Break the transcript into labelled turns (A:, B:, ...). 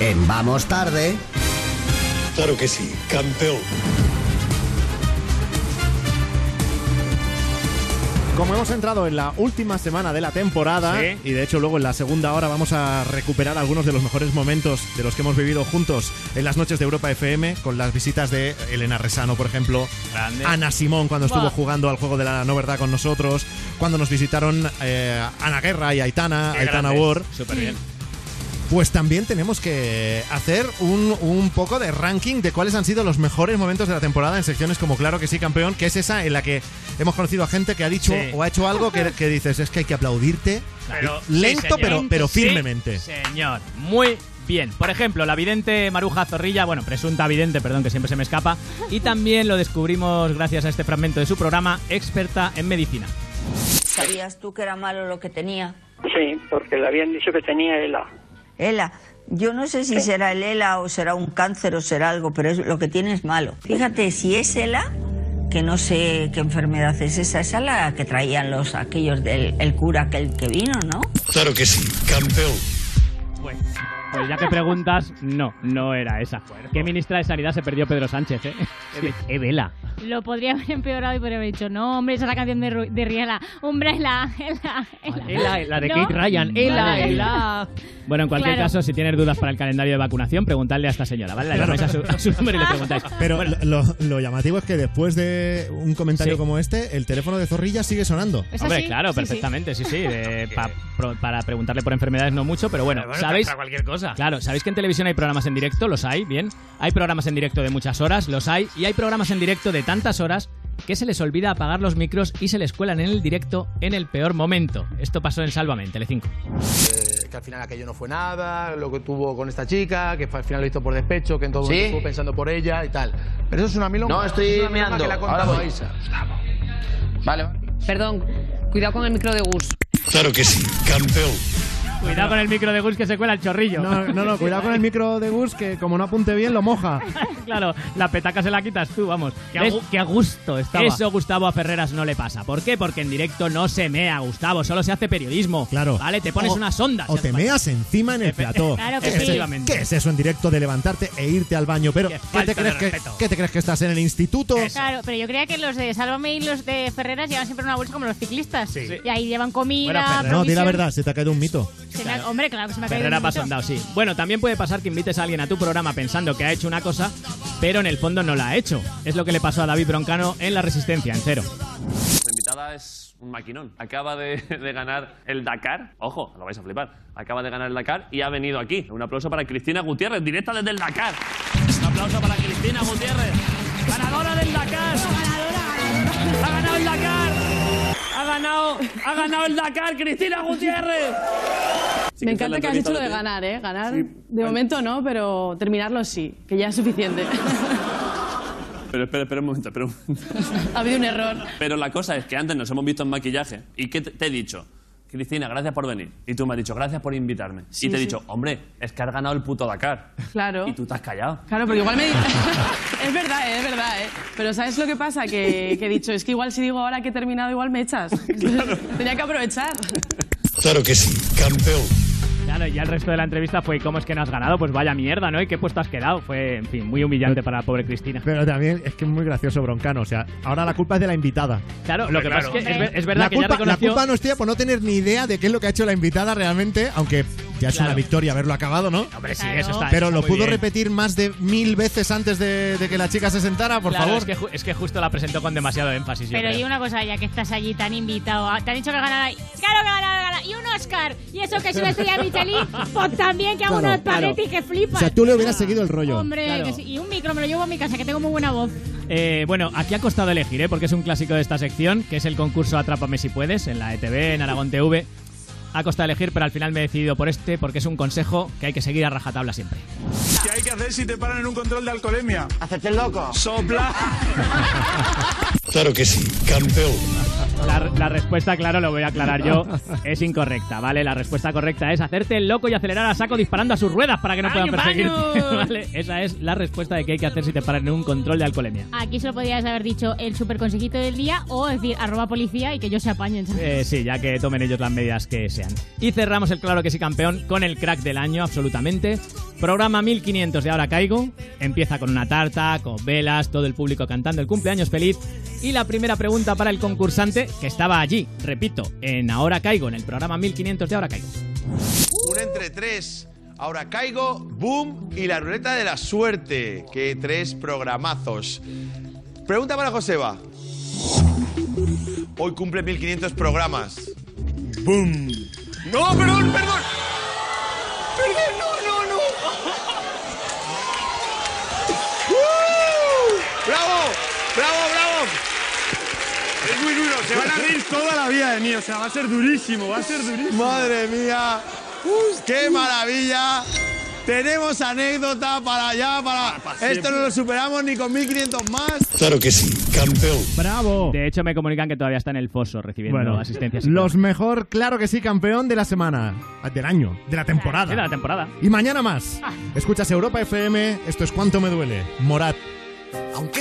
A: en Vamos Tarde.
B: Claro que sí, campeón.
C: Como hemos entrado en la última semana de la temporada,
D: Sí.
C: y de hecho luego en la segunda hora vamos a recuperar algunos de los mejores momentos de los que hemos vivido juntos en las noches de Europa FM, con las visitas de Elena Resano, por ejemplo,
D: Grande.
C: Ana Simón cuando estuvo
E: Buah.
C: jugando al juego de la no verdad con nosotros, cuando nos visitaron eh, Ana Guerra y Aitana,
D: Qué
C: Aitana
D: grande.
C: Ward,
D: Súper bien.
C: pues también tenemos que hacer un, un poco de ranking de cuáles han sido los mejores momentos de la temporada en secciones como Claro que sí, campeón, que es esa en la que hemos conocido a gente que ha dicho
D: Sí.
C: o ha hecho algo que, que dices, es que hay que aplaudirte.
D: Pero-
C: Y
D: sí,
C: lento,
D: señor.
C: pero, pero
D: Sí,
C: firmemente.
D: señor, muy bien. Por ejemplo, la vidente Maruja Zorrilla, bueno, presunta vidente, perdón, que siempre se me escapa. Y también lo descubrimos gracias a este fragmento de su programa, experta en medicina.
F: ¿Sabías tú que era malo lo que tenía?
G: Sí, porque le habían dicho que tenía ELA.
F: Ela, yo no sé si será el ELA o será un cáncer o será algo, pero es, lo que tiene es malo. Fíjate, si es ELA, que no sé qué enfermedad es esa, esa es la que traían los aquellos del el cura aquel que vino, ¿no?
B: Claro que sí, campeón.
D: Pues, pues ya que preguntas, no, no era esa. ¿Qué ministra de Sanidad se perdió Pedro Sánchez, eh? Evela.
E: Lo podría haber empeorado y podría haber dicho, no, hombre, esa es la canción de, Ru- de Riela. Hombre, es la, es la, es la.
D: la de
E: ¿No?
D: Kate Ryan. Ela,
E: Vale.
D: Ela. Bueno, en cualquier
E: Claro.
D: caso, si tienes dudas para el calendario de vacunación, preguntadle a esta señora, ¿vale? La llamáis a su, a su número y le preguntáis.
C: Pero lo, lo llamativo es que después de un comentario
D: Sí.
C: como este, el teléfono de Zorrilla sigue sonando.
E: ¿Es
D: Hombre,
E: así?
D: claro,
E: Sí, sí.
D: perfectamente, sí, sí. de- pa- pro- para preguntarle por enfermedades no mucho, pero bueno,
H: Pero bueno,
D: ¿sabéis?
H: para cualquier cosa.
D: Claro, ¿sabéis que en televisión hay programas en directo? Los hay, bien. Hay programas en directo de muchas horas, los hay. Y hay programas en directo de tantas horas que se les olvida apagar los micros y se les cuelan en el directo en el peor momento. Esto pasó en Sálvame, en Telecinco.
I: eh, que al final aquello no fue nada, lo que tuvo con esta chica, que al final lo hizo por despecho, que en todo
H: ¿Sí?
I: momento estuvo pensando por ella y tal. Pero eso es una milonga.
H: No, estoy
I: eso es una milonga
H: meando.
I: que le ha
H: Ahora
I: contado
H: voy.
I: a Isa.
H: Vale, vale.
J: Perdón, cuidado con el micro de Gus.
B: Claro que sí, campeón.
D: Cuidado con el micro de Gus que se cuela el chorrillo.
C: No, no, no, cuidado con el micro de Gus que como no apunte bien lo moja.
D: Claro, la petaca se la quitas tú, vamos.
H: ¿Ves?
D: gusto estaba. Eso Gustavo a Ferreras no le pasa. ¿Por qué? Porque en directo no se mea, Gustavo, solo se hace periodismo.
C: Claro.
D: Vale, te pones
C: O-
D: unas ondas.
C: O te meas encima en el plató.
E: Claro que
C: ¿Qué es-
E: sí.
D: Efectivamente.
C: ¿Qué es eso en directo de levantarte e irte al baño? Pero
D: Qué
C: ¿qué,
D: falta
C: te
D: de
C: crees que,
D: respeto.
C: ¿qué te crees que estás en el instituto? Ah,
E: Claro, pero yo creía que los de Sálvame y los de Ferreras llevan siempre una bolsa como los ciclistas.
D: Sí.
E: Y ahí llevan comida,
D: Bueno, Ferreras-
C: No, di la
E: provisión.
C: verdad, se te ha caído un mito.
E: Se me ha- hombre, claro que se me ha caído
D: Ferrera
E: un
D: más
E: poquito.
D: sondado, sí. Bueno, también puede pasar que invites a alguien a tu programa pensando que ha hecho una cosa, pero en el fondo no la ha hecho. Es lo que le pasó a David Broncano en La Resistencia, en cero.
K: La invitada es un maquinón. Acaba de, de ganar el Dakar. Ojo, lo vais a flipar. Acaba de ganar el Dakar y ha venido aquí. Un aplauso para Cristina Gutiérrez, directa desde el Dakar. Un aplauso para Cristina Gutiérrez, ganadora del Dakar. Ha ganado el Dakar. Ha ganado, ha ganado el Dakar, Cristina Gutiérrez.
J: Me encanta que has hecho lo de ganar, ¿eh? Ganar, de momento no, pero terminarlo sí, que ya es suficiente.
K: Pero espera, espera un momento, espera un momento.
J: ha habido un error.
K: Pero la cosa es que antes nos hemos visto en maquillaje. ¿Y qué te, te he dicho? Cristina, gracias por venir. Y tú me has dicho, gracias por invitarme.
J: Sí,
K: y te he
J: sí.
K: dicho, hombre, es que has ganado el puto Dakar.
J: Claro.
K: Y tú te has callado.
J: Claro, porque igual me... es verdad, ¿eh? es verdad, ¿eh? Pero ¿sabes lo que pasa? Que, que he dicho, es que igual si digo ahora que he terminado, igual me echas. Entonces, Tenía que aprovechar.
B: Claro que sí, campeón.
D: Claro, y ya el resto de la entrevista fue ¿cómo es que no has ganado? Pues vaya mierda, ¿no? ¿Y qué puesto has quedado? Fue, en fin, muy humillante para la pobre Cristina.
C: Pero también es que es muy gracioso Broncano. O sea, ahora la culpa es de la invitada.
D: Claro, lo que pasa es que es, ver- es verdad
C: la,
D: que
C: culpa,
D: ya reconoció...
C: la culpa no es tía por no tener ni idea de qué es lo que ha hecho la invitada realmente, aunque ya es
D: Claro.
C: una victoria haberlo acabado, ¿no?
D: Hombre, sí,
E: Claro.
D: eso está
C: Pero
D: está
C: lo
D: muy
C: pudo
D: bien.
C: repetir más de mil veces antes de, de que la chica se sentara, por
D: Claro,
C: favor.
D: Es que, ju- es que justo la presentó con demasiado énfasis. yo
E: Pero
D: creo.
E: di una cosa, ya que estás allí tan invitado, ah, te han dicho que ganará. Claro que ganará, ganará. Y un Oscar. Y eso que es una estrella Michelin, pues también que hago
C: Claro,
E: unos
C: claro.
E: espaguetis que flipas.
C: O sea, tú le hubieras seguido el rollo.
E: Hombre,
D: Claro.
E: que sí. y un micro me lo llevo a mi casa, que tengo muy buena voz.
D: Eh, bueno, aquí ha costado elegir, ¿eh? porque es un clásico de esta sección, que es el concurso Atrápame si puedes, en la ETV, en Aragón TV. Ha costado elegir, pero al final me he decidido por este, porque es un consejo que hay que seguir a rajatabla siempre.
H: ¿Qué hay que hacer si te paran en un control de alcoholemia?
I: Hacerte el loco.
H: Sopla.
B: Claro que sí, campeón.
D: La, la respuesta, claro, lo voy a aclarar yo, es incorrecta, ¿vale? La respuesta correcta es hacerte el loco y acelerar a saco disparando a sus ruedas para que no puedan perseguirte, ¿vale? Esa es la respuesta de que hay que hacer si te paran en un control de alcoholemia.
E: Aquí solo podrías haber dicho el super consejito del día o decir arroba policía y que ellos se apañen. ¿sabes?
D: Eh, sí, ya que tomen ellos las medidas que sean. Y cerramos el claro que sí campeón con el crack del año, absolutamente. Programa 1500 de Ahora Caigo. Empieza con una tarta, con velas, todo el público cantando el cumpleaños feliz. Y la primera pregunta para el concursante, que estaba allí, repito, en Ahora Caigo, en el programa 1500 de Ahora Caigo.
A: Un entre tres. Ahora caigo, boom y la ruleta de la suerte. Que tres programazos. Pregunta para Joseba. Hoy cumple 1500 programas. Boom. No, perdón, perdón. Perdón, no, no, no. ¡Uh! ¡Bravo! ¡Bravo, bravo!
L: Es muy duro, se van a reír toda la vida de mí, o sea, va a ser durísimo, va a ser durísimo.
A: Madre mía, Uy, qué maravilla. Tenemos anécdota para allá,
L: Ah,
A: para... Esto no lo superamos ni con 1500 más.
B: Claro que sí, campeón.
D: ¡Bravo! De hecho, me comunican que todavía está en el foso recibiendo
C: Bueno,
D: asistencia.
C: los mejor, claro que sí, campeón de la semana, ah, del año, de la temporada.
D: Sí, de la Ah. temporada.
C: Y mañana más. Escuchas Europa FM, esto es Cuánto me duele. Morat.